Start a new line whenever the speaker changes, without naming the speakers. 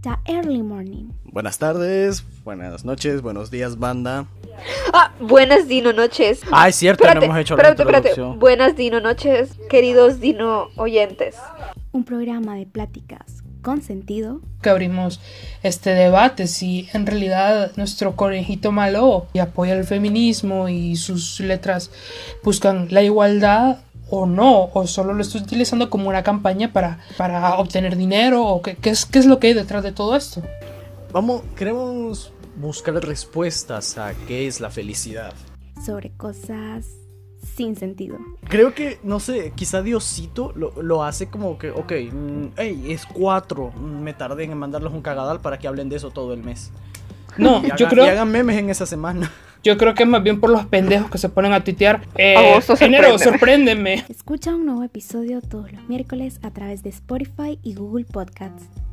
The Early Morning.
Buenas tardes, buenas noches, buenos días, banda.
Ah, buenas dino noches.
Ah, es cierto, no hemos hecho la
espérate, espérate.
introducción.
Buenas dino noches, queridos dino oyentes.
Un programa de pláticas con sentido.
que abrimos este debate, si en realidad nuestro conejito malo y apoya el feminismo y sus letras buscan la igualdad o no, o solo lo está utilizando como una campaña para, para obtener dinero, o qué, qué es, qué es lo que hay detrás de todo esto.
Vamos, queremos buscar respuestas a qué es la felicidad.
sobre cosas sin sentido.
Creo que, no sé, quizá Diosito lo, lo hace como que, ok, mm, hey, es cuatro, mm, me tardé en mandarles un cagadal para que hablen de eso todo el mes.
No,
Y, hagan-
yo
y
creo,
hagan memes en esa semana.
yo creo que es más bien por los pendejos que se ponen a tuitear. Eh,
A vos,
enero,
sorpréndeme".
sorpréndeme.
Escucha un nuevo episodio todos los miércoles a través de Spotify y Google Podcasts.